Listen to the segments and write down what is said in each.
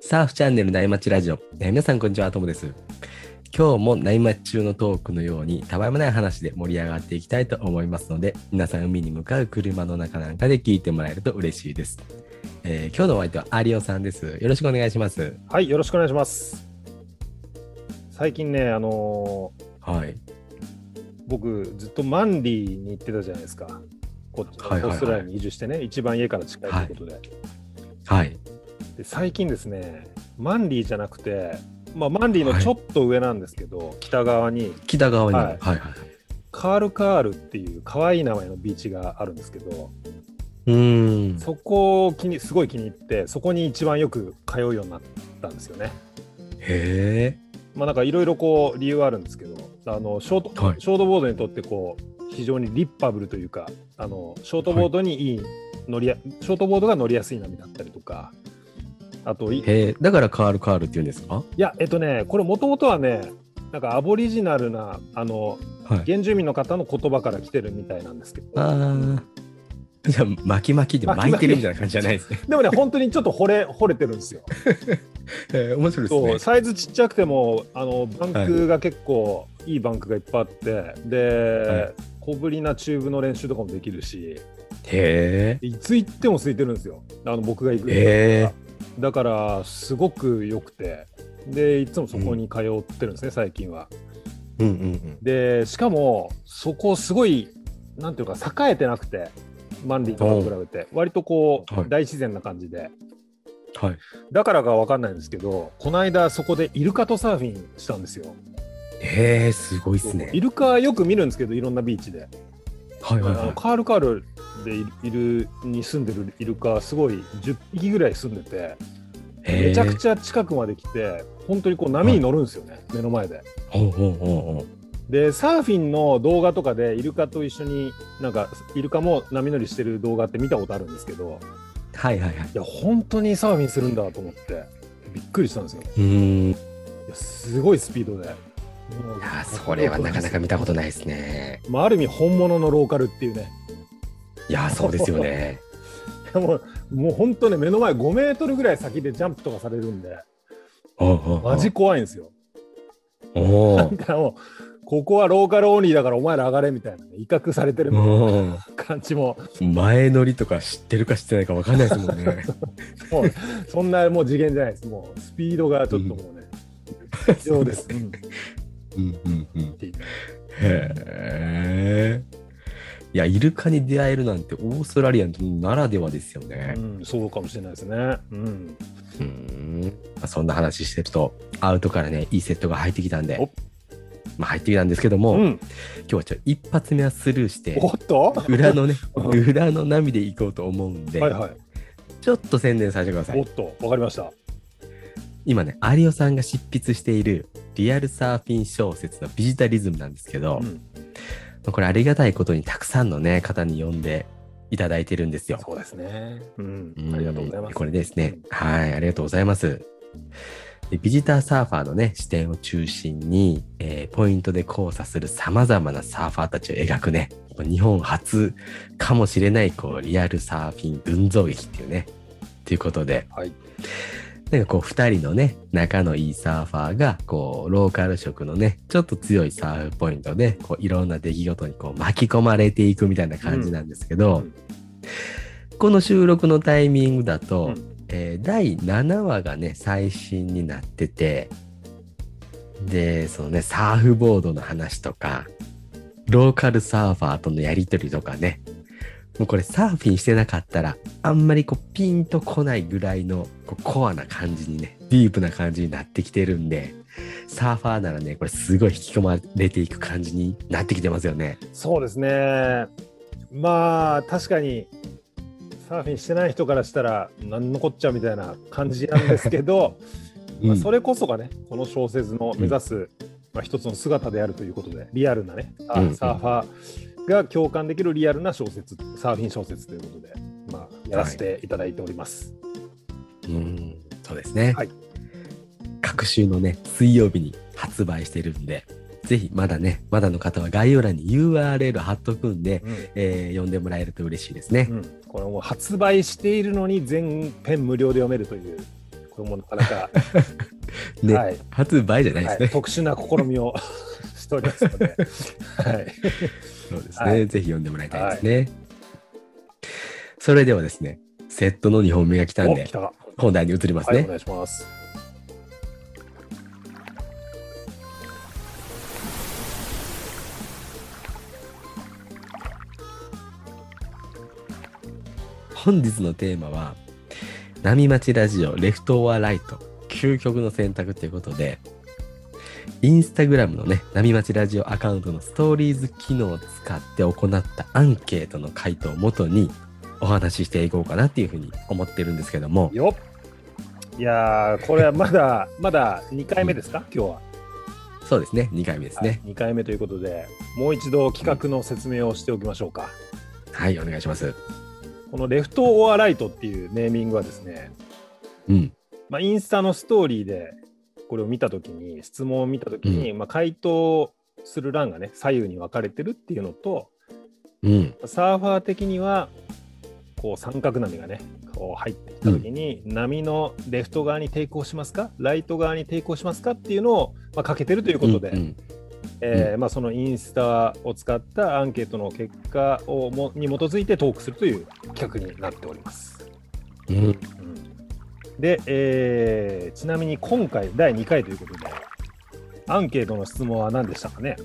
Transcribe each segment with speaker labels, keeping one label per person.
Speaker 1: サーフチャンネル内町ラジオ。えー皆さん、こんにちは。ともです。今日も内町中のトークのように、たわいもない話で盛り上がっていきたいと思いますので、皆さん、海に向かう車の中なんかで聞いてもらえると嬉しいです。えー今日のお相手はアリオさんです。よろしくお願いします。
Speaker 2: はい、よろしくお願いします。最近ね、あのー
Speaker 1: はい。
Speaker 2: 僕、ずっとマンリーに行ってたじゃないですか。こっち、
Speaker 1: はいはいはい
Speaker 2: オーストラリアに移住してね、一番家から近いということで,、
Speaker 1: はい。
Speaker 2: で。最近ですね、マンリーじゃなくて、まあ、マンリーのちょっと上なんですけど、北側に
Speaker 1: 北側に。は
Speaker 2: はい
Speaker 1: い、はい、はい。
Speaker 2: カールカールっていう可愛い名前のビーチがあるんですけど、
Speaker 1: うーん。
Speaker 2: そこを気にすごい気に入って、そこに一番よく通うようになったんですよね。
Speaker 1: へ
Speaker 2: まあなんかいろいろこう理由はあるんですけど、あのショート、
Speaker 1: はい
Speaker 2: ショートボードにとってこう非常にリッパブルというか、あのショートボードにいい乗りや、ショートボードが乗りやすい波だったりとか、あとい
Speaker 1: え。へえ。だからカールカールって言うんですか
Speaker 2: いやえっとねこれもともとはねなんかアボリジナルなあの
Speaker 1: はい。
Speaker 2: 原住民の方の言葉から来てるみたいなんですけど、
Speaker 1: ああ。じゃあ、巻き巻きで
Speaker 2: 巻き
Speaker 1: 巻い
Speaker 2: 巻き
Speaker 1: てるみたいな感じじゃないですね。
Speaker 2: でもね本当にちょっと惚れ惚れてるんですよ。
Speaker 1: えー 面白いです
Speaker 2: そ
Speaker 1: ね
Speaker 2: う。サイズちっちゃくてもあのバンクが結構いいバンクがいっぱいあって、で、小ぶりなチューブの練習とかもできるし
Speaker 1: へえ。
Speaker 2: いつ行っても空いてるんですよあの僕が行く、
Speaker 1: へ
Speaker 2: だからすごく良くてでいつもそこに通ってるんですね、最近は
Speaker 1: うんうんうん。
Speaker 2: でしかもそこすごいなんていうか栄えてなくてマンリーとかと比べて割とこう、
Speaker 1: はい
Speaker 2: 大自然な感じで
Speaker 1: はい。
Speaker 2: だからかわかんないんですけどこの間そこでイルカとサーフィンしたんですよ
Speaker 1: へえ、すごいっすね
Speaker 2: イ。ルカよく見るんですけどいろんなビーチで、
Speaker 1: はいはい
Speaker 2: あの
Speaker 1: は
Speaker 2: カールカールでいるいるに住んでるイルカすごい10匹ぐらい住んでて
Speaker 1: い。へえ
Speaker 2: めちゃくちゃ近くまで来て本当にこう波に乗るんですよね、目の前で。
Speaker 1: ほうほうほ
Speaker 2: でサーフィンの動画とかでイルカと一緒になんかイルカも波乗りしてる動画って見たことあるんですけど
Speaker 1: う。はいはいはい。
Speaker 2: いや本当にサーフィンするんだと思ってびっくりしたんですよ。
Speaker 1: うーん。い
Speaker 2: いやすごいスピードで。もう
Speaker 1: やー、それはなかなか見たことないですね。
Speaker 2: まあ、ある意味本物のローカルっていうね
Speaker 1: いやー、そうですよね。
Speaker 2: もうもう本当ね、目の前5メートルぐらい先でジャンプとかされるんで、
Speaker 1: おうおうおう
Speaker 2: マジ怖いんですよ。
Speaker 1: お
Speaker 2: だからもう、ここはローカルオンリーだからお前ら上がれみたいな、ね、威嚇されてるみたいな
Speaker 1: お
Speaker 2: 感じも、
Speaker 1: 前乗りとか知ってるか知ってないかわかんないですもんね。
Speaker 2: もうそんなもう次元じゃないです。もうスピードがちょっともうね、異常です。うんっ
Speaker 1: うんうんうん。
Speaker 2: ていう
Speaker 1: へえ。いや、イルカに出会えるなんてオーストラリアならではですよね。
Speaker 2: うん、そうかもしれないですね。うん、
Speaker 1: うーんまあそんな話してるとアウトからねいいセットが入ってきたんで
Speaker 2: お、
Speaker 1: まあ、入ってきたんですけども、
Speaker 2: う
Speaker 1: 今
Speaker 2: ん、
Speaker 1: 日はちょっと一発目はスルーして
Speaker 2: おっと
Speaker 1: 裏のね
Speaker 2: うん
Speaker 1: 裏の波で行こうと思うんで、
Speaker 2: はいはい。
Speaker 1: ちょっと宣伝させてくださ
Speaker 2: おっ
Speaker 1: い
Speaker 2: と、わかりました。
Speaker 1: 今ね有オさんが執筆しているリアルサーフィン小説のビジタリズムなんですけど
Speaker 2: う、ん、
Speaker 1: これありがたいことにたくさんのね方に読んでいただいてるんですよ
Speaker 2: そうですね。うん
Speaker 1: う、ん
Speaker 2: ありがとうございます。
Speaker 1: これですね。はい、ありがとうございます。でビジターサーファーのね、視点を中心に、えーポイントで交差する様々なサーファーたちを描くね、日本初かもしれない、こう、リアルサーフィン群像劇っていうね、ということで、
Speaker 2: はい。
Speaker 1: なんかこう、二人のね、仲のいいサーファーが、こう、ローカル色のね、ちょっと強いサーフポイントで、こう、いろんな出来事にこう、巻き込まれていくみたいな感じなんですけど、
Speaker 2: うん
Speaker 1: この収録のタイミングだと、
Speaker 2: うん
Speaker 1: えー第7話がね最新になっててでそのねサーフボードの話とかローカルサーファーとのやり取りとかねもうこれサーフィンしてなかったらあんまりこうピンとこないぐらいのこうコアな感じにねディープな感じになってきてるんでサーファーならねこれすごい引き込まれていく感じになってきてますよね。
Speaker 2: そうですね。まあ確かにサーフィンしてない人からしたら何のこっちゃみたいな感じなんです けど、まあそ
Speaker 1: れ
Speaker 2: れこそがねこの小説の目指す、まあ、一つの姿であるということでリアルなねサ
Speaker 1: うんうん
Speaker 2: ーサーファーが共感できるリアルな小説サーフィン小説ということで、まあ、やらせていただいております。
Speaker 1: うん、そうですね。
Speaker 2: はい
Speaker 1: 各週のね、水曜日に発売してるんで、ぜひまだね、まだの方は概要欄に URL 貼っとくんで、えー読んでもらえると嬉しいですね
Speaker 2: う。んうんこれもう発売しているのに全編無料で読めるという。分もなかなか、
Speaker 1: ね、
Speaker 2: はい
Speaker 1: 発売じゃないで
Speaker 2: は
Speaker 1: すね。
Speaker 2: い、特殊な試みを しておりますので、はい、
Speaker 1: そうですね、
Speaker 2: はい
Speaker 1: ぜひ読んでもらいたいですね。それではですね、セットの2本目が来たん
Speaker 2: お
Speaker 1: で
Speaker 2: 来、た、は
Speaker 1: 本題に移ります
Speaker 2: い、お
Speaker 1: ね。
Speaker 2: 願いします。
Speaker 1: 本日のテーマは、波町ラジオレフトオアライト究極の選択ということで、インスタグラムのね、波町ラジオアカウントのストーリーズ機能を使って行ったアンケートの回答をもとにお話ししていこうかなっていうふうに思ってるんですけども、
Speaker 2: よっいやーこれはまだまだ2回目ですか今日は、
Speaker 1: そうですね、2回目ですね。
Speaker 2: 2回目ということでもう一度企画の説明をしておきましょうか
Speaker 1: はい、お願いします。
Speaker 2: この「レフト・オア・ライト」っていうネーミングはですね、
Speaker 1: うん。
Speaker 2: まあ、インスタのストーリーでこれを見た時に質問を見た時に、まあ、回答する欄がね左右に分かれてるっていうのと
Speaker 1: うん。
Speaker 2: サーファー的にはこう三角波がねこう入ってきた時に、波のレフト側に抵抗しますかライト側に抵抗しますかっていうのを、まあ、かけてるということで、
Speaker 1: うんうん
Speaker 2: えーまあ、そのインスタを使ったアンケートの結果をもに基づいてトークするという企画になっております。
Speaker 1: うん
Speaker 2: うんで、えーちなみに今回第2回ということでアンケートの質問は何でしたかね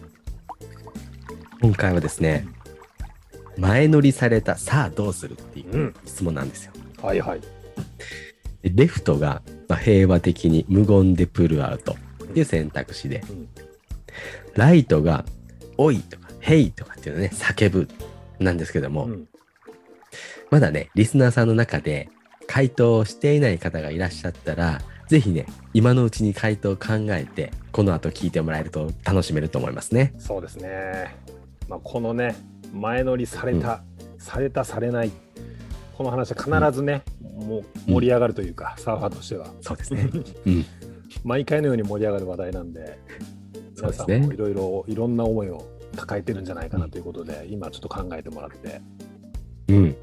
Speaker 1: 今回はですね、前乗りされたさあどうするっていう
Speaker 2: うん
Speaker 1: 質問なんですよ。
Speaker 2: はいはい。
Speaker 1: でレフトが、まあ、平和的に無言でプルアウトっていう選択肢で、
Speaker 2: うん
Speaker 1: ライトがおいとかヘイとかっていうのね、叫ぶなんですけども、
Speaker 2: うん
Speaker 1: まだね、リスナーさんの中で回答をしていない方がいらっしゃったら、ぜひね、今のうちに回答を考えて、この後聞いてもらえると楽しめると思いますね。
Speaker 2: そうですね。まあ、このね、前乗りされた、された、されない、この話は必ずね、もう盛り上がるというか、サーファーとしては、
Speaker 1: そうですね。うん。
Speaker 2: 毎回のように盛り上がる話題なんで、
Speaker 1: そうですね
Speaker 2: 皆さんもいろいろ、いろんな思いを抱えてるんじゃないかなということで、今ちょっと考えてもらって、
Speaker 1: うん。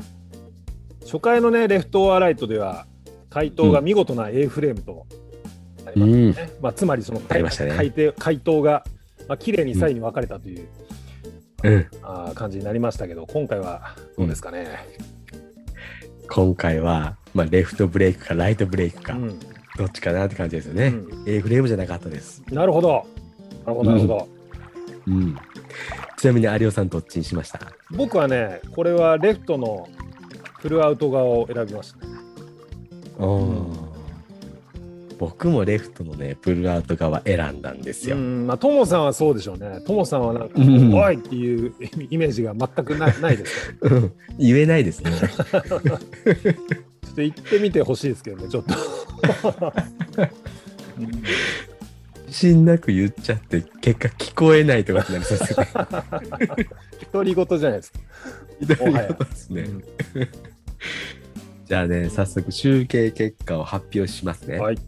Speaker 2: 初回のね、レフト・オア・ライトでは、回答が見事な A フレームとなりましたね。まあ、つまり、その
Speaker 1: なりましたね
Speaker 2: 回答回答が、まあ綺麗に際に分かれたという。
Speaker 1: うん。
Speaker 2: あー感じになりましたけど今回はどうですかね、
Speaker 1: 今回は、まあ、レフトブレイクかライトブレイクか、
Speaker 2: うん
Speaker 1: どっちかなって感じですよね、
Speaker 2: うん
Speaker 1: A フレームじゃなかったです、
Speaker 2: なるほどなるほどなるほど、
Speaker 1: うん、ちなみに有オさんどっちにしました
Speaker 2: 僕はねこれはレフトのフルアウト側を選びましたね
Speaker 1: うん僕もレフトのねプルアウト側選んだんです
Speaker 2: う
Speaker 1: よ、
Speaker 2: んまあトモさんはそうでしょうねトモさんはなんか「
Speaker 1: うん
Speaker 2: おい!」っていう イメージが全くなないですから
Speaker 1: うん 言えないですね
Speaker 2: ちょっと行ってみてほしいですけどねちょっとうん
Speaker 1: 自信なく言っちゃって結果聞こえないとかってなりそうですね
Speaker 2: 独り言じゃないですか、
Speaker 1: ひどい
Speaker 2: もはや
Speaker 1: ことですね
Speaker 2: うん
Speaker 1: じゃあね早速集計結果を発表しますね、
Speaker 2: はい、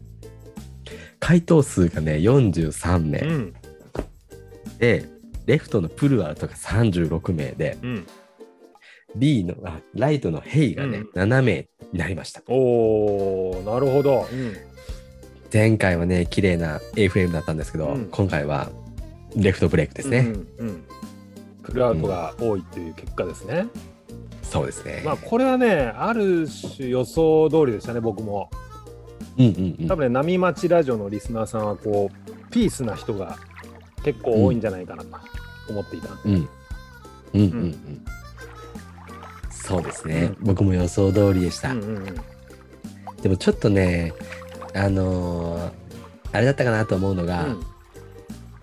Speaker 1: 回答数がね43名、
Speaker 2: うん
Speaker 1: でレフトのプルアウトが36名で
Speaker 2: うん、
Speaker 1: D のあライトのヘイがね、
Speaker 2: うん
Speaker 1: 7名になりました
Speaker 2: おーなるほど、うん
Speaker 1: 前回はね綺麗な A フレームだったんですけど、
Speaker 2: うん
Speaker 1: 今回はレフトブレイクですね、
Speaker 2: うんうんフルアウトが多いっていう結果ですね、
Speaker 1: そうですね、
Speaker 2: まあこれはねある種予想通りでしたね僕も
Speaker 1: うんうんうん
Speaker 2: 多分ね波町ラジオのリスナーさんはこうピースな人が結構多いんじゃないかなと思っていたんで、
Speaker 1: うんうんうんうんそうですね、僕も予想通りでした、
Speaker 2: うんうんうん
Speaker 1: でもちょっとねあのーあれだったかなと思うのが、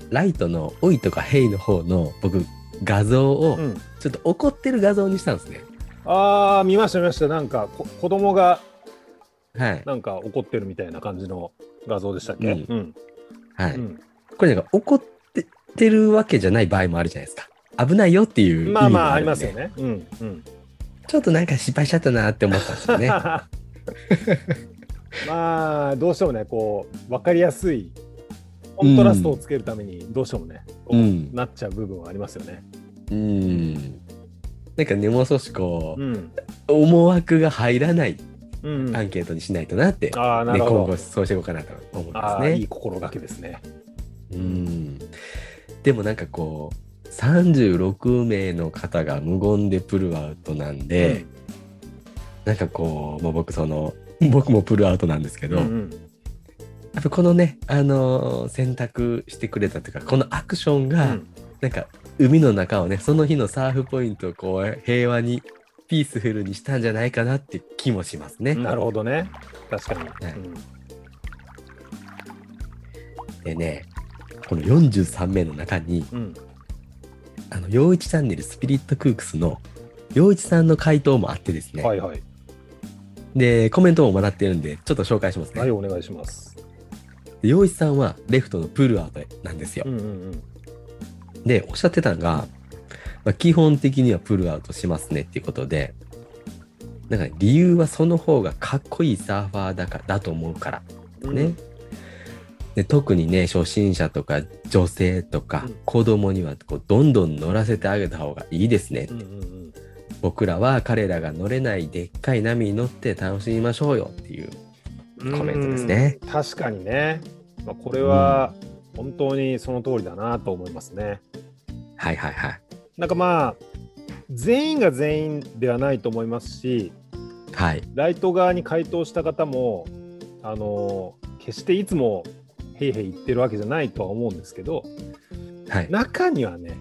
Speaker 1: ライトの「おい」とか「ヘイ」の方の僕画像を
Speaker 2: うんうん
Speaker 1: ちょっと怒ってる画像にしたんですね、
Speaker 2: ああ見ました見ましたなんかこ子供が
Speaker 1: はい
Speaker 2: なんか怒ってるみたいな感じの画像でしたっけ、
Speaker 1: うん
Speaker 2: うん
Speaker 1: はい、
Speaker 2: うん
Speaker 1: これなんか怒ってってるわけじゃない場合もあるじゃないですか。危ないよっていう意味も
Speaker 2: まあまああり
Speaker 1: るんで
Speaker 2: ますよ。ねうんうん
Speaker 1: ちょっとなんか失敗しちゃったなって思ったんですよね。
Speaker 2: ま あどうしてもねこう分かりやすいコントラストをつけるために どうしてもね、
Speaker 1: うん。
Speaker 2: なっちゃう部分はありますよね。
Speaker 1: うん。なんかね、もう少しこ
Speaker 2: うん、
Speaker 1: う、思惑が入らない
Speaker 2: うん
Speaker 1: アンケートにしないとなって、ね、
Speaker 2: ああ、な
Speaker 1: 今
Speaker 2: るほど。
Speaker 1: 後そうしていこうかなと思うんです
Speaker 2: ああ、
Speaker 1: ね。
Speaker 2: いい心がけですね。
Speaker 1: うんでもなんかこう36名の方が無言でプルアウトなんで、なんかこうもう僕その 僕もプルアウトなんですけど、
Speaker 2: うん
Speaker 1: や
Speaker 2: うん
Speaker 1: っぱこのね、あのー選択してくれたというかこのアクション
Speaker 2: う
Speaker 1: が、
Speaker 2: ん
Speaker 1: なんか海の中をねその日のサーフポイントをこう平和にピースフルにしたんじゃないかなって気もしますね。
Speaker 2: なるほどね。確かに。
Speaker 1: はい
Speaker 2: う
Speaker 1: で
Speaker 2: ん
Speaker 1: ねこの43名の中に
Speaker 2: うん。
Speaker 1: あの陽一チャンネルスピリットクークスの陽一さんの回答もあってですね、
Speaker 2: はいはい。
Speaker 1: でコメントももらってるんでちょっと紹介しますね、
Speaker 2: はい、お願いします。
Speaker 1: で陽一さんはレフトのプールアウトなんですよ
Speaker 2: う、んうん
Speaker 1: でおっしゃってたのが、まあ、基本的にはプールアウトしますねっていうことでなんかね理由はその方がかっこいいサーファーだからだと思うから
Speaker 2: うん。
Speaker 1: ね、で特にね初心者とか女性とか
Speaker 2: うん
Speaker 1: 子供にはこうどんどん乗らせてあげた方がいいですね、
Speaker 2: うんうんうん
Speaker 1: 僕らは彼らが乗れないでっかい波に乗って楽しみましょうよっていう
Speaker 2: うん。
Speaker 1: コメントですね
Speaker 2: うん。確かにね。まあ、これは本当にその通りだなと思いますね。
Speaker 1: はいはいはい
Speaker 2: なんかまあ、全員が全員ではないと思いますし、
Speaker 1: はい
Speaker 2: ライト側に回答した方も、あの決していつもへいへい言ってるわけじゃないとは思うんですけど、
Speaker 1: はい
Speaker 2: 中にはね、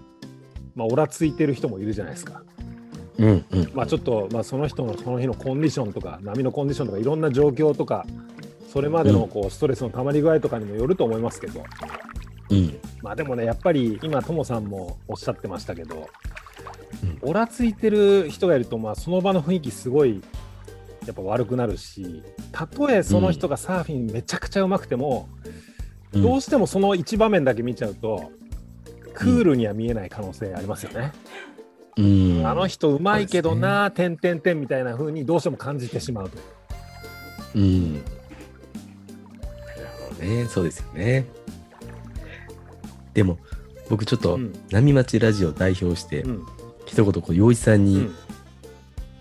Speaker 2: まあ、オラついてる人もいるじゃないですか。
Speaker 1: うんうん
Speaker 2: まあ、ちょっと、まあ、その人のその日のコンディションとか波のコンディションとかいろんな状況とかそれまでのこうストレスのたまり具合とかにもよると思いますけど、
Speaker 1: うん
Speaker 2: まあ、でもねやっぱり今ともさんもおっしゃってましたけど
Speaker 1: うん
Speaker 2: オラついてる人がいると、まあ、その場の雰囲気すごいやっぱ悪くなるしたとえその人がサーフィンめちゃくちゃうまくても、
Speaker 1: うん
Speaker 2: どうしてもその一場面だけ見ちゃうと。クールには見えない可能性ありますよね。
Speaker 1: うん
Speaker 2: あの人うまいけどな、てんてんてんみたいな風にどうしても感じてしまうと。
Speaker 1: うん。なるほどね、そうですよね。でも、僕ちょっと、
Speaker 2: うん
Speaker 1: 波町ラジオ代表して、
Speaker 2: うん
Speaker 1: 一言、こう、洋一さん
Speaker 2: う
Speaker 1: に
Speaker 2: ん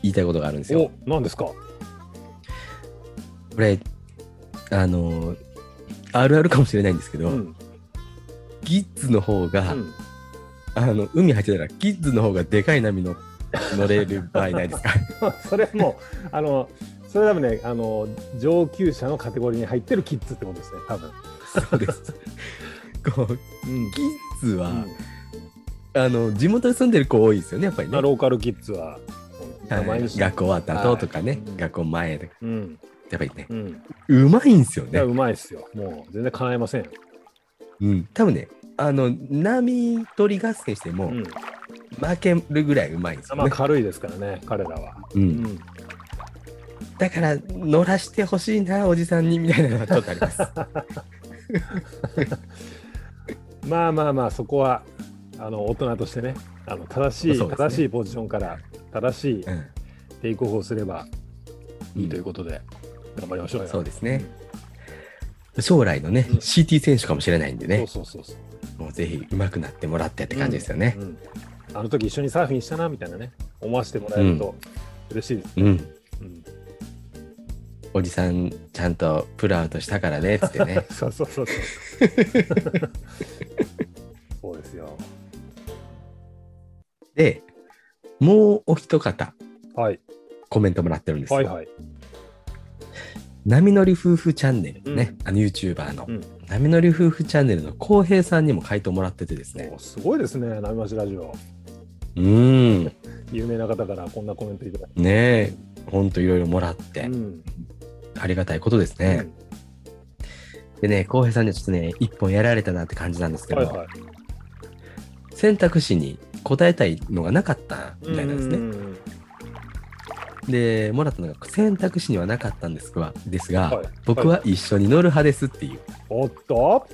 Speaker 1: 言いたいことがあるんですよ。
Speaker 2: お、なんですか。
Speaker 1: これ、あのーあるあるかもしれないんですけど、
Speaker 2: うん
Speaker 1: ギッズの方が、
Speaker 2: うん
Speaker 1: あの、海入ってたら、ギッズの方がでかい波の乗れる場合ない ですか
Speaker 2: それもうあのそれ多分ねあの上級者のカテゴリーに入ってるキッズってことですね。多分。
Speaker 1: そうです。こう、
Speaker 2: うん
Speaker 1: ギッズは、あの、地元に住んでる子多いですよね、やっぱりね。
Speaker 2: ローカルキッズは名
Speaker 1: は
Speaker 2: 前に
Speaker 1: い
Speaker 2: し
Speaker 1: 学校終わった後とかね、
Speaker 2: はい
Speaker 1: 学校前とか、
Speaker 2: うん
Speaker 1: やっぱりね、
Speaker 2: うん。いう
Speaker 1: まいんですよね
Speaker 2: や。うまいですよ。もう全然叶えませんよ。
Speaker 1: うん、多分ね、あの、波取り合戦しても、
Speaker 2: うん。
Speaker 1: 負けるぐらいうまいんですよ
Speaker 2: まあ
Speaker 1: ね。
Speaker 2: 軽いですからね彼らは。
Speaker 1: う、
Speaker 2: うんん。
Speaker 1: だから、乗らしてほしいな、おじさんに、みたいなのはちょっとあり ます。
Speaker 2: まあまあまあそこはあの大人としてねあの正しい、
Speaker 1: そうですね
Speaker 2: 正しいポジションから正しい
Speaker 1: うん
Speaker 2: テイクオフをすればいいといううことで、頑張りましょうよ。
Speaker 1: んそうですね。
Speaker 2: うん
Speaker 1: 将来のね、
Speaker 2: うん
Speaker 1: CT 選手かもしれないんでね、
Speaker 2: そうそうそうそう。
Speaker 1: もうぜひ上手くなってもらってって感じですよね。
Speaker 2: うんあの時一緒にサーフィンしたなみたいなね思わせてもらえると嬉しいです。
Speaker 1: うん、
Speaker 2: うん。
Speaker 1: おじさん、ちゃんとプルアウトしたからね、つってね
Speaker 2: そうそうそうそう。そうですよ。
Speaker 1: で、もうお一方、
Speaker 2: はい
Speaker 1: コメントもらってるんですよ。
Speaker 2: はいはい。
Speaker 1: 波乗り夫婦チャンネルのね、あの YouTuber の、
Speaker 2: うん
Speaker 1: 波乗り夫婦チャンネルの浩平さんにも回答もらっててですね
Speaker 2: おすごいですね、なみましラジオ。
Speaker 1: うーんね
Speaker 2: 有名な方からこんなコメントいただい
Speaker 1: えほんといろいろもらって、
Speaker 2: て。ん。
Speaker 1: ありがたいことですね、でね浩平さんにはちょっとね一本やられたなって感じなんです
Speaker 2: う
Speaker 1: け
Speaker 2: ん
Speaker 1: ど、
Speaker 2: はいはい。
Speaker 1: 選択肢に答えたいのがなかったみたいなんです
Speaker 2: う
Speaker 1: ね
Speaker 2: んうんうん
Speaker 1: でもらったのが選択肢にはなかったんですがですが、
Speaker 2: はい
Speaker 1: 僕は一緒に乗る派ですっていう、
Speaker 2: おっと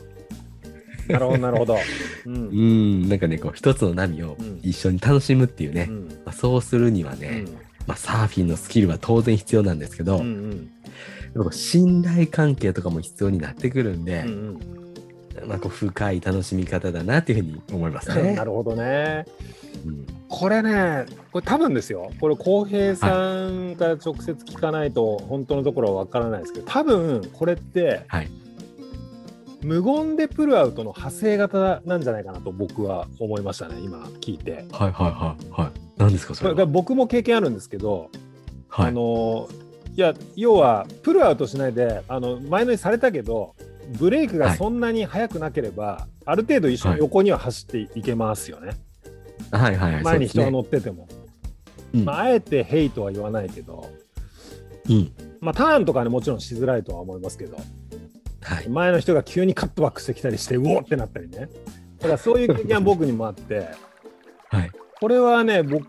Speaker 2: なるほどなるほど。うん
Speaker 1: うーんなんかねこう一つの波を
Speaker 2: うん
Speaker 1: 一緒に楽しむっていうね、
Speaker 2: うん
Speaker 1: まあ、そうするにはね、まあ、サーフィンのスキルは当然必要なんですけど、
Speaker 2: うんうん
Speaker 1: やっぱ信頼関係とかも必要になってくるんで
Speaker 2: う、ん
Speaker 1: まあ、こう深い楽しみ方だなっていうふうに思います
Speaker 2: うん
Speaker 1: ね
Speaker 2: な。るほどね。
Speaker 1: うん
Speaker 2: これね、これ多分ですよ、これ、浩平さんから直接聞かないと、本当のところは分からないですけど、多分これって、
Speaker 1: はい
Speaker 2: 無言でプルアウトの派生型なんじゃないかなと僕は思いましたね、今聞いて。
Speaker 1: はいはいはいはい。何ですかそ
Speaker 2: こ
Speaker 1: れ
Speaker 2: れが
Speaker 1: は。
Speaker 2: 僕も経験あるんですけど、
Speaker 1: は
Speaker 2: あ
Speaker 1: い。
Speaker 2: のいや要はプルアウトしないであの前のにされたけどブレイクがそんなに速くなければ、ある程度一緒に横には走っていけますよね、
Speaker 1: はいはいはい。
Speaker 2: 前に
Speaker 1: そうで
Speaker 2: 人が
Speaker 1: すね
Speaker 2: 乗ってても、
Speaker 1: うん
Speaker 2: まあ、あえてヘイとは言わないけど、
Speaker 1: うん。
Speaker 2: まあ、ターンとかねもちろんしづらいとは思いますけど
Speaker 1: はい。
Speaker 2: 前の人が急にカットバックしてきたりしてうおーってなったりねだからそういう経験は僕にもあって。
Speaker 1: はい。
Speaker 2: これはね、僕、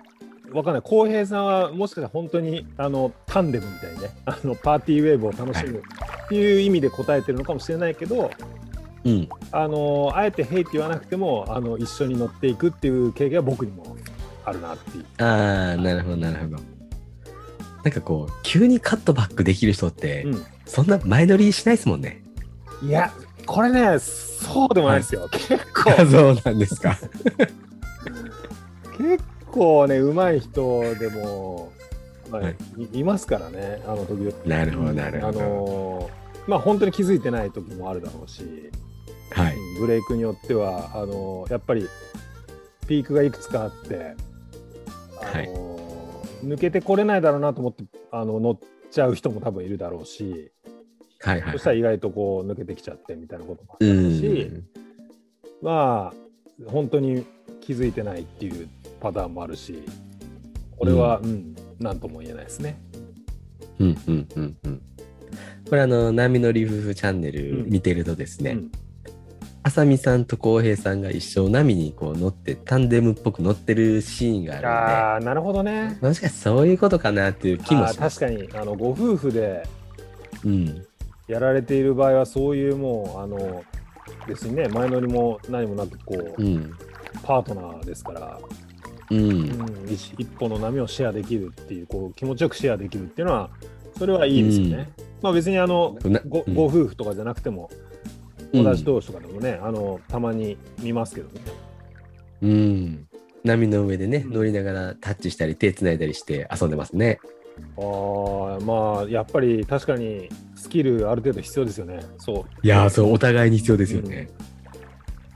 Speaker 2: わかんない、浩平さんはもしかしたら本当にあのタンデムみたいにね、あのパーティーウェーブを楽しむっていう意味で答えてるのかもしれないけど、
Speaker 1: うん。
Speaker 2: あのあえて「ヘイ」って言わなくてもあの一緒に乗っていくっていう経験は僕にもあるなっていう。
Speaker 1: ああ、なるほどなるほど。なんかこう、急にカットバックできる人って、
Speaker 2: う
Speaker 1: そんな前乗りしないですもん ね。
Speaker 2: ん、いや、これね、そうでもないですよ。結構、
Speaker 1: そうなんです か。
Speaker 2: 結構ね、上手い人でも、まあ
Speaker 1: はい
Speaker 2: い、いますからね、あの時々。
Speaker 1: なるほどなるほ
Speaker 2: あ
Speaker 1: ど。
Speaker 2: のまあ本当に気づいてない時もあるだろうし。
Speaker 1: はい。
Speaker 2: ブレイクによってはあのやっぱりピークがいくつかあってあの、
Speaker 1: はい
Speaker 2: 抜けてこれないだろうなと思ってあの乗っちゃう人も多分いるだろうし、
Speaker 1: はいはい
Speaker 2: そしたら意外とこう抜けてきちゃってみたいなこともあ
Speaker 1: う
Speaker 2: るし、
Speaker 1: ん。
Speaker 2: まあ本当に気づいてないっていうパターンもあるしこれは、うんなんとも言えないですね。
Speaker 1: うんうんうんうん。これあの、波乗り夫婦チャンネル
Speaker 2: うん
Speaker 1: 見てるとですね、
Speaker 2: うん
Speaker 1: あさみさんと浩平さんが一緒波にこう乗ってタンデムっぽく乗ってるシーンがあ
Speaker 2: ああなるほ
Speaker 1: る
Speaker 2: ど
Speaker 1: ん
Speaker 2: ね。
Speaker 1: でもしかしてそういうことかなっていう気も
Speaker 2: あ
Speaker 1: し
Speaker 2: ー
Speaker 1: ます。
Speaker 2: 確かにあのご夫婦で
Speaker 1: うん、
Speaker 2: やられている場合はそういうもうあの別にね前乗りも何もなくこう、
Speaker 1: うん、
Speaker 2: パートナーですから、
Speaker 1: う、
Speaker 2: うんん、一一歩の波をシェアできるっていうこう気持ちよくシェアできるっていうのはそれはいいですよね。まあ別にあの
Speaker 1: な
Speaker 2: ご
Speaker 1: うん
Speaker 2: ご夫婦とかじゃなくても、同じ同士とかでもねあのたまに見ますけどね。
Speaker 1: うん、うん、波の上でね
Speaker 2: うん
Speaker 1: 乗りながらタッチしたり手つないだりして遊んでますね。
Speaker 2: あーまあやっぱり確かにスキルある程度必要ですよね。そう
Speaker 1: いやーそうお互いに必要ですよね。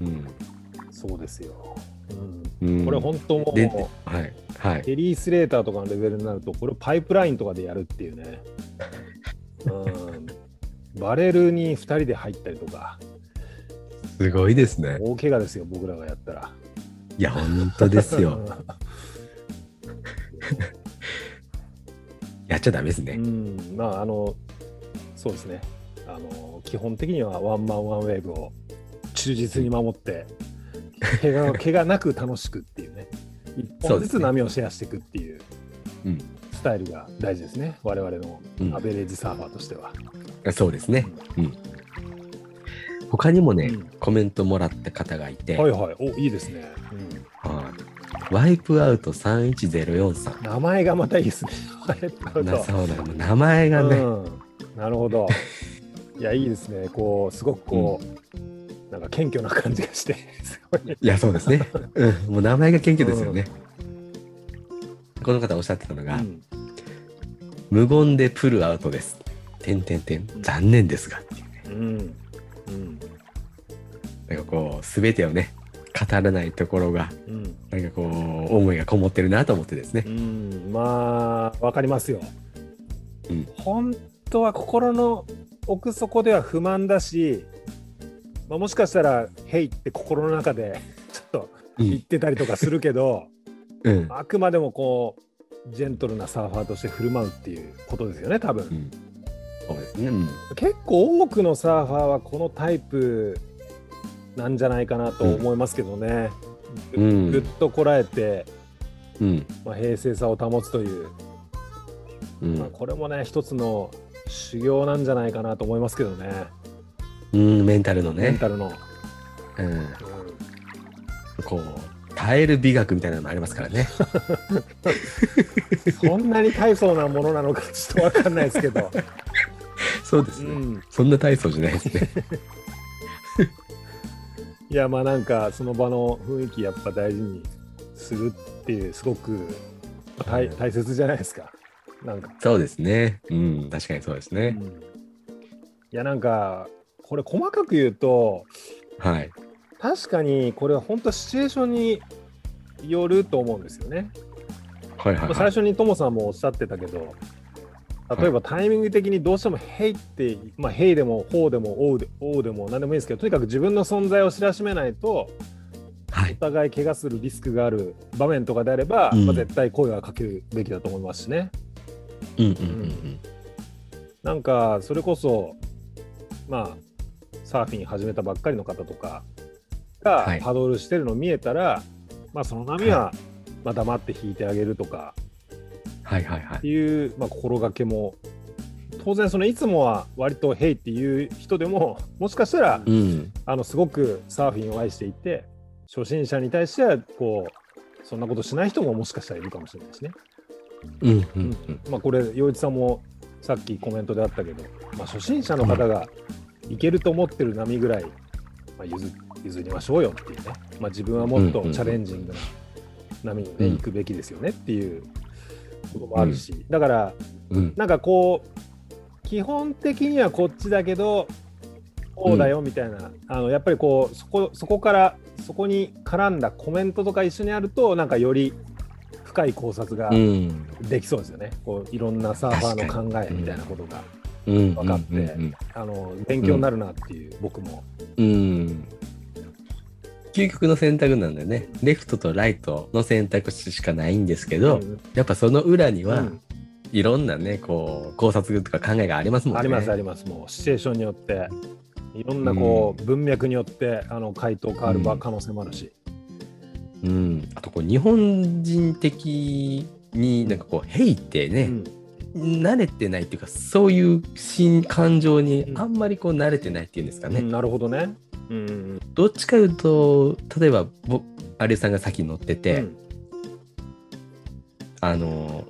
Speaker 1: うん、
Speaker 2: そうですよ。うん
Speaker 1: うん、
Speaker 2: これ本当もう
Speaker 1: ではいはい
Speaker 2: テリー・スレーターとかのレベルになると、これをパイプラインとかでやるっていう ね。うん、バレルに2人で入ったりとか、
Speaker 1: すごいですね。
Speaker 2: 大怪我ですよ、僕らがやったら。
Speaker 1: いや本当です よ。 やっちゃダメです
Speaker 2: う
Speaker 1: ね。
Speaker 2: ん、まあ、あの、そうですね。あの、基本的にはワンマンワンウェーブを忠実に 守って、怪我怪我なく楽しくっていうね。一
Speaker 1: そ
Speaker 2: 本
Speaker 1: うで
Speaker 2: ず
Speaker 1: す
Speaker 2: つ
Speaker 1: ね
Speaker 2: 波をシェアしていくっていう
Speaker 1: うん
Speaker 2: スタイルが大事ですね。我々の
Speaker 1: うん
Speaker 2: アベレージサーファーとしては。
Speaker 1: そうですね。他にもね、
Speaker 2: うん
Speaker 1: コメントもらった方がいて、
Speaker 2: はいはい、おいいですね、
Speaker 1: はいワイプアウト3104さん。
Speaker 2: 名前がまたいいですね。ワイプアウ
Speaker 1: な
Speaker 2: ト
Speaker 1: そうなの名前がね、
Speaker 2: うんなるほど。いや、いいですね、こう、すごくこう、なんか謙虚な感じが して、すごい。
Speaker 1: いやそうですね、 うん、もう名前が謙虚ですよね、この方おっしゃってたのが、
Speaker 2: うん
Speaker 1: 無言でプルアウトですてんてんてん
Speaker 2: ん
Speaker 1: 残念ですがっていうね
Speaker 2: うんうん
Speaker 1: なんかこう全てをね語らないところが
Speaker 2: うん
Speaker 1: なんかこう思いがこもってるなと思ってですね
Speaker 2: うん、まあわかりますよ、
Speaker 1: うん
Speaker 2: 本当は心の奥底では不満だし、まあ、もしかしたら「へい」って心の中でちょっと
Speaker 1: う
Speaker 2: 言っ
Speaker 1: ん、
Speaker 2: てたりとかするけど
Speaker 1: うん
Speaker 2: あくまでもこうジェントルなサーファーとして振る舞うっていうことですよね多分、
Speaker 1: うんそうですね、うん
Speaker 2: 結構多くのサーファーはこのタイプなんじゃないかなと思いますけどね、
Speaker 1: う
Speaker 2: ぐっ
Speaker 1: ん
Speaker 2: とこらえて、
Speaker 1: うん
Speaker 2: まあ、平静さを保つという、
Speaker 1: うん
Speaker 2: まあ、これもね一つの修行なんじゃないかなと思いますけどね
Speaker 1: うんメンタルの
Speaker 2: メン
Speaker 1: ね、
Speaker 2: タルの、うん
Speaker 1: うん、こう耐える美学みたいなのもありますから ね
Speaker 2: そんなに大層なものなのかちょっと分かんないです けど、
Speaker 1: そうです
Speaker 2: う
Speaker 1: ね、
Speaker 2: ん、
Speaker 1: そんな大層じゃないですね
Speaker 2: いやまあなんかその場の雰囲気やっぱ大事にするっていうすごくまあ大
Speaker 1: うん
Speaker 2: 大切じゃないですか。なんか。
Speaker 1: そうですね。うん、確かにそうです
Speaker 2: う
Speaker 1: ね。
Speaker 2: ん、いやなんかこれ細かく言うと
Speaker 1: はい。
Speaker 2: 確かにこれは本当シチュエーションによると思うんですよね。
Speaker 1: はいはい、
Speaker 2: まあ
Speaker 1: は
Speaker 2: 最
Speaker 1: い。
Speaker 2: 初にともさんもおっしゃってたけど例えばタイミング的にどうしても「へい」って「まあ、へい」でも「ほう」でも「おう」で「おう」でも何でもいいですけどとにかく自分の存在を知らしめないと
Speaker 1: はい
Speaker 2: お。互い怪我するリスクがある場面とかであれば、
Speaker 1: うん
Speaker 2: まあ、絶対声はかけるべきだと思いますしね。
Speaker 1: うんうんうん
Speaker 2: なんかそれこそまあサーフィン始めたばっかりの方とかが
Speaker 1: はい
Speaker 2: パドルしてるの見えたら、まあその波は、まあ、黙って引いてあげるとか
Speaker 1: うん。はいはいは
Speaker 2: って
Speaker 1: い。
Speaker 2: いう、まあ、心がけも当然そのいつもは割と「ヘイ」っていう人でももしかしたら、
Speaker 1: うん。
Speaker 2: あのすごくサーフィンを愛していて初心者に対してはこうそんなことしない人ももしかしたらいるかもしれないですね。
Speaker 1: うんうんうん。
Speaker 2: まあ、これ陽一さんもさっきコメントであったけど、まあ、初心者の方がいけると思ってる波ぐらい、まあ、譲譲りましょうよっていうね、まあ、自分はもっと
Speaker 1: うんうんうん
Speaker 2: チャレンジングな波に、ね
Speaker 1: うん
Speaker 2: 行くべきですよねっていうこともあるし、だから
Speaker 1: うん。
Speaker 2: なんかこう基本的にはこっちだけどこうだよみたいな、あのやっぱりこうそこそこからそこに絡んだコメントとか一緒にあるとなんかより深い考察が
Speaker 1: うん。
Speaker 2: できそうですよね。こういろんなサーファーの考えみたいなことが、
Speaker 1: うん。
Speaker 2: 分かって
Speaker 1: うん
Speaker 2: あの勉強になるなっていう、僕も。
Speaker 1: うん。究極の選択なんだよね。レフトとライトの選択肢しかないんですけど、
Speaker 2: うん
Speaker 1: やっぱその裏には、
Speaker 2: うん
Speaker 1: いろんなね、こう、考察とか考えがありますもんね。
Speaker 2: ありますあ
Speaker 1: り
Speaker 2: ります。もうシチュエーションによって、いろんなこう、文脈によってあの回答変わる場
Speaker 1: うん
Speaker 2: 可能性もあるし。
Speaker 1: うん。あと、こう、日本人的になんかこう、ヘイってね、慣れてないっていうか、そういう新感情にあんまりこう、慣れてないっていうんですか
Speaker 2: う
Speaker 1: ね。
Speaker 2: んなるほどね。うん
Speaker 1: どっちかいうと、例えば、僕、有吉さんが先乗ってて、
Speaker 2: うん
Speaker 1: あの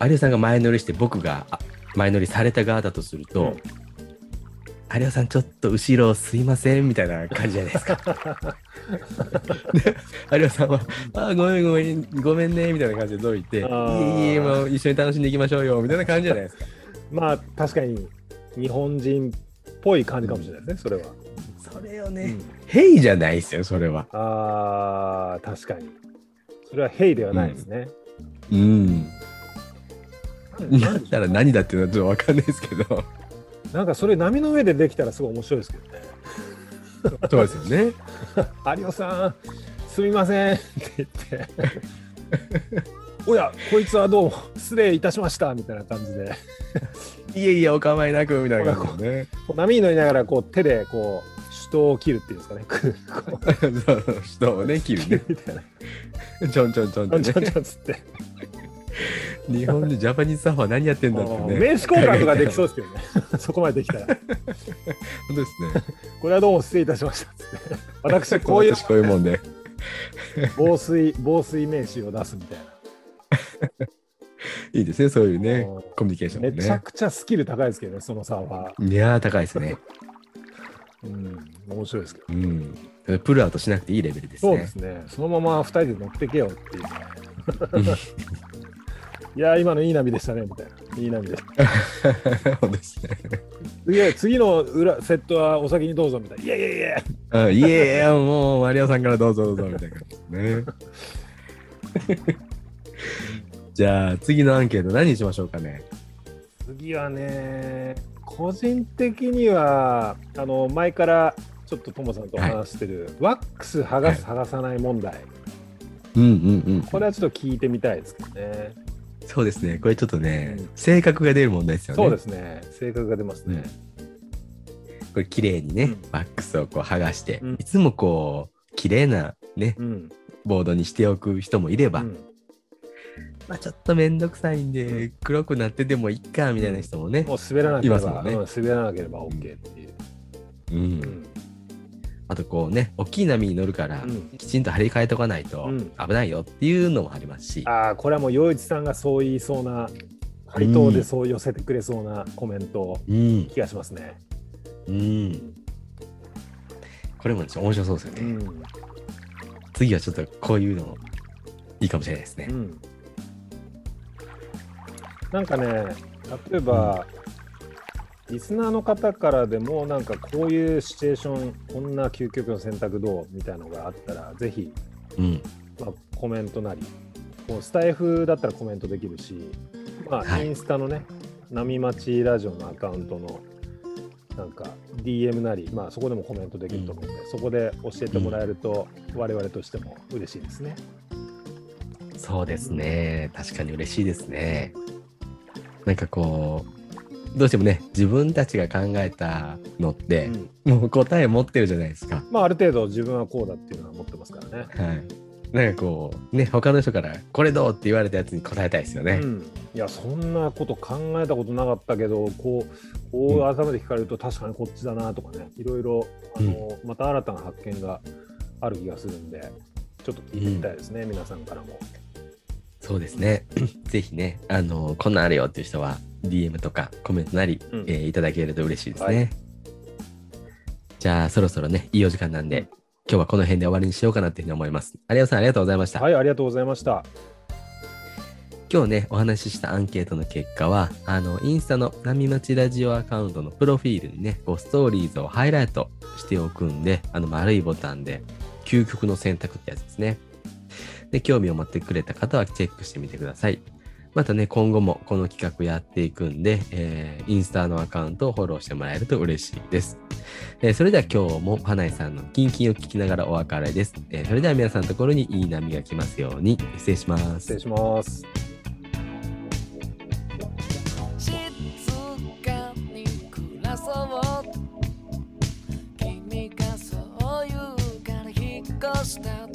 Speaker 1: 有吉さんが前乗りして僕があ前乗りされた側だとすると、
Speaker 2: うん
Speaker 1: 有吉さんちょっと後ろすいませんみたいな感じじゃないです か有吉さんは「あーごめんごめんごめんね」みたいな感じでどいて「い
Speaker 2: あー
Speaker 1: えいえもう一緒に楽しんでいきましょうよ」みたいな感じじゃないですか
Speaker 2: まあ確かに日本人っぽい感じかもしれないですね、それは。
Speaker 1: それをね、
Speaker 2: うん
Speaker 1: へいじゃないですよそれは
Speaker 2: あー確かに。それは「ヘイ」ではないですね。
Speaker 1: うん
Speaker 2: なん
Speaker 1: だったら何だっていうのはちょっと分かんないですけど
Speaker 2: なんかそれ波の上でできたらすごい面白いですけどね。
Speaker 1: そうですよね
Speaker 2: 有吉さんすみませんって言って おやこいつはどうも失礼いたしましたみたいな感じで
Speaker 1: いえいえお構いなくみたいな感じでね
Speaker 2: 波に乗りながらこう手でこう手刀を切るっていうんですかねくこ
Speaker 1: そう人をね切
Speaker 2: う
Speaker 1: る
Speaker 2: 切
Speaker 1: ね
Speaker 2: るみたいな
Speaker 1: ちょんちょんちょん
Speaker 2: ちょ
Speaker 1: とね
Speaker 2: んちょんちょんつって
Speaker 1: 日本でジャパニーズサーファー何やってんだって
Speaker 2: もう
Speaker 1: ね。
Speaker 2: 名刺交換とかできそうですけどね そこまでできたら
Speaker 1: 本当ですね。
Speaker 2: これはどうも失礼いたしましたっつって私は こういう
Speaker 1: 私こういうもんで。
Speaker 2: 防水防水名刺を出すみたい
Speaker 1: いいですね、そういうね
Speaker 2: うん、
Speaker 1: コミュニケーション
Speaker 2: な
Speaker 1: も
Speaker 2: めちゃ
Speaker 1: ね。
Speaker 2: くちゃスキル高いですけどねそのサーファー
Speaker 1: いやー、高いですね。
Speaker 2: うん面白いですけど
Speaker 1: うん。プルアウトしなくていいレベルです
Speaker 2: そうで
Speaker 1: ね
Speaker 2: す。ね。そのまま二人で乗ってけよっていうね。 いやー、今のいい波でしたね、みたいな。いい波でした。
Speaker 1: そうですね。
Speaker 2: 次は次の裏セットはお先にどうぞ、みたいな。いやいやいや。
Speaker 1: うんいえいえ、もうマリオさんからどうぞどうぞみたいな感じですね。 じゃあ次のアンケート何にしましょうかね。
Speaker 2: 次はね、個人的には、あの、前からちょっとともさんとお話してる、ワックス剥がす、剥がさない問題。
Speaker 1: うんうんうん。
Speaker 2: これはちょっと聞いてみたいですけどね。
Speaker 1: そうですね。これちょっとね
Speaker 2: うん、
Speaker 1: 性格が出る問題ですよね。
Speaker 2: そうですね。性格が出ますね。
Speaker 1: これ綺麗にね、
Speaker 2: うん
Speaker 1: ワックスをこう剥がして、
Speaker 2: うん
Speaker 1: いつもこう綺麗なね
Speaker 2: うん。
Speaker 1: ボードにしておく人もいれば、
Speaker 2: うん
Speaker 1: まあ、ちょっと面倒くさいんで、
Speaker 2: う
Speaker 1: 黒くなっててもいっかみたいな人もね
Speaker 2: も、う滑らなけれ
Speaker 1: います
Speaker 2: ば、
Speaker 1: もんね
Speaker 2: うん滑らなければ OK っていう。
Speaker 1: うん
Speaker 2: うん。
Speaker 1: あとこうね大きい波に乗るから、
Speaker 2: うん
Speaker 1: きちんと張り替えとかないと
Speaker 2: うん
Speaker 1: 危ないよっていうのもありますし、
Speaker 2: ああ、これはもう洋一さんがそう言いそうな、回答でそう寄せてくれそうなコメント、
Speaker 1: うん
Speaker 2: 気がしますね。
Speaker 1: うんこれもちょっと面白そうですよ
Speaker 2: う
Speaker 1: ね、
Speaker 2: ん、
Speaker 1: 次はちょっとこういうのをいいかもしれないですね
Speaker 2: う。ん、なんかね例えば、リスナーの方からでもなんかこういうシチュエーションこんな究極の選択どうみたいなのがあったらぜひ、
Speaker 1: うん。
Speaker 2: まあ、コメントなりこうスタイフだったらコメントできるし、まあ
Speaker 1: はい
Speaker 2: インスタのね波町ラジオのアカウントのなんか DM なり、まあ、そこでもコメントできると思うんで、そこで教えてもらえると、我々としても嬉しいですね。
Speaker 1: そうですね。確かに嬉しいですね。なんかこう、どうしてもね、自分たちが考えたのって
Speaker 2: う、ん
Speaker 1: もう答え持ってるじゃないですか。
Speaker 2: まあ、ある程度自分はこうだっていうのは持ってますからね。
Speaker 1: はい。なんかこう、ね、他の人から、これどうって言われたやつに答えたいですよね。
Speaker 2: うん、いやそんなこと考えたことなかったけどこうこう
Speaker 1: う
Speaker 2: 改めて聞かれると確かにこっちだなとかねいろいろあの、また新たな発見がある気がするんでちょっと聞いてみたいですね、皆さんからも。
Speaker 1: そうですね。 ぜひね、あの、こんなんあるよっていう人は、DM とかコメントなり、
Speaker 2: うん
Speaker 1: えーいただけると嬉しいですね。
Speaker 2: はい
Speaker 1: じゃあ、そろそろね、いいお時間なんで、今日はこの辺で終わりにしようかなっていうふうに思います。有吉さん、ありがとうございました。
Speaker 2: はいありがとうございました。
Speaker 1: 今日ね、お話ししたアンケートの結果は、あの、インスタの波町ラジオアカウントのプロフィールにね、こう、ストーリーズをハイライトしておくんで、あの、丸いボタンで、究極の選択ってやつですね。で、興味を持ってくれた方はチェックしてみてください。またね、今後もこの企画やっていくんで、えーインスタのアカウントをフォローしてもらえると嬉しいです。えーそれでは今日もパナイさんのキンキンを聞きながらお別れです。えーそれでは皆さんのところにいい波が来ますように、失礼します
Speaker 2: 失礼。します。
Speaker 3: 静かに暮らそう君がそう言うから引っ越した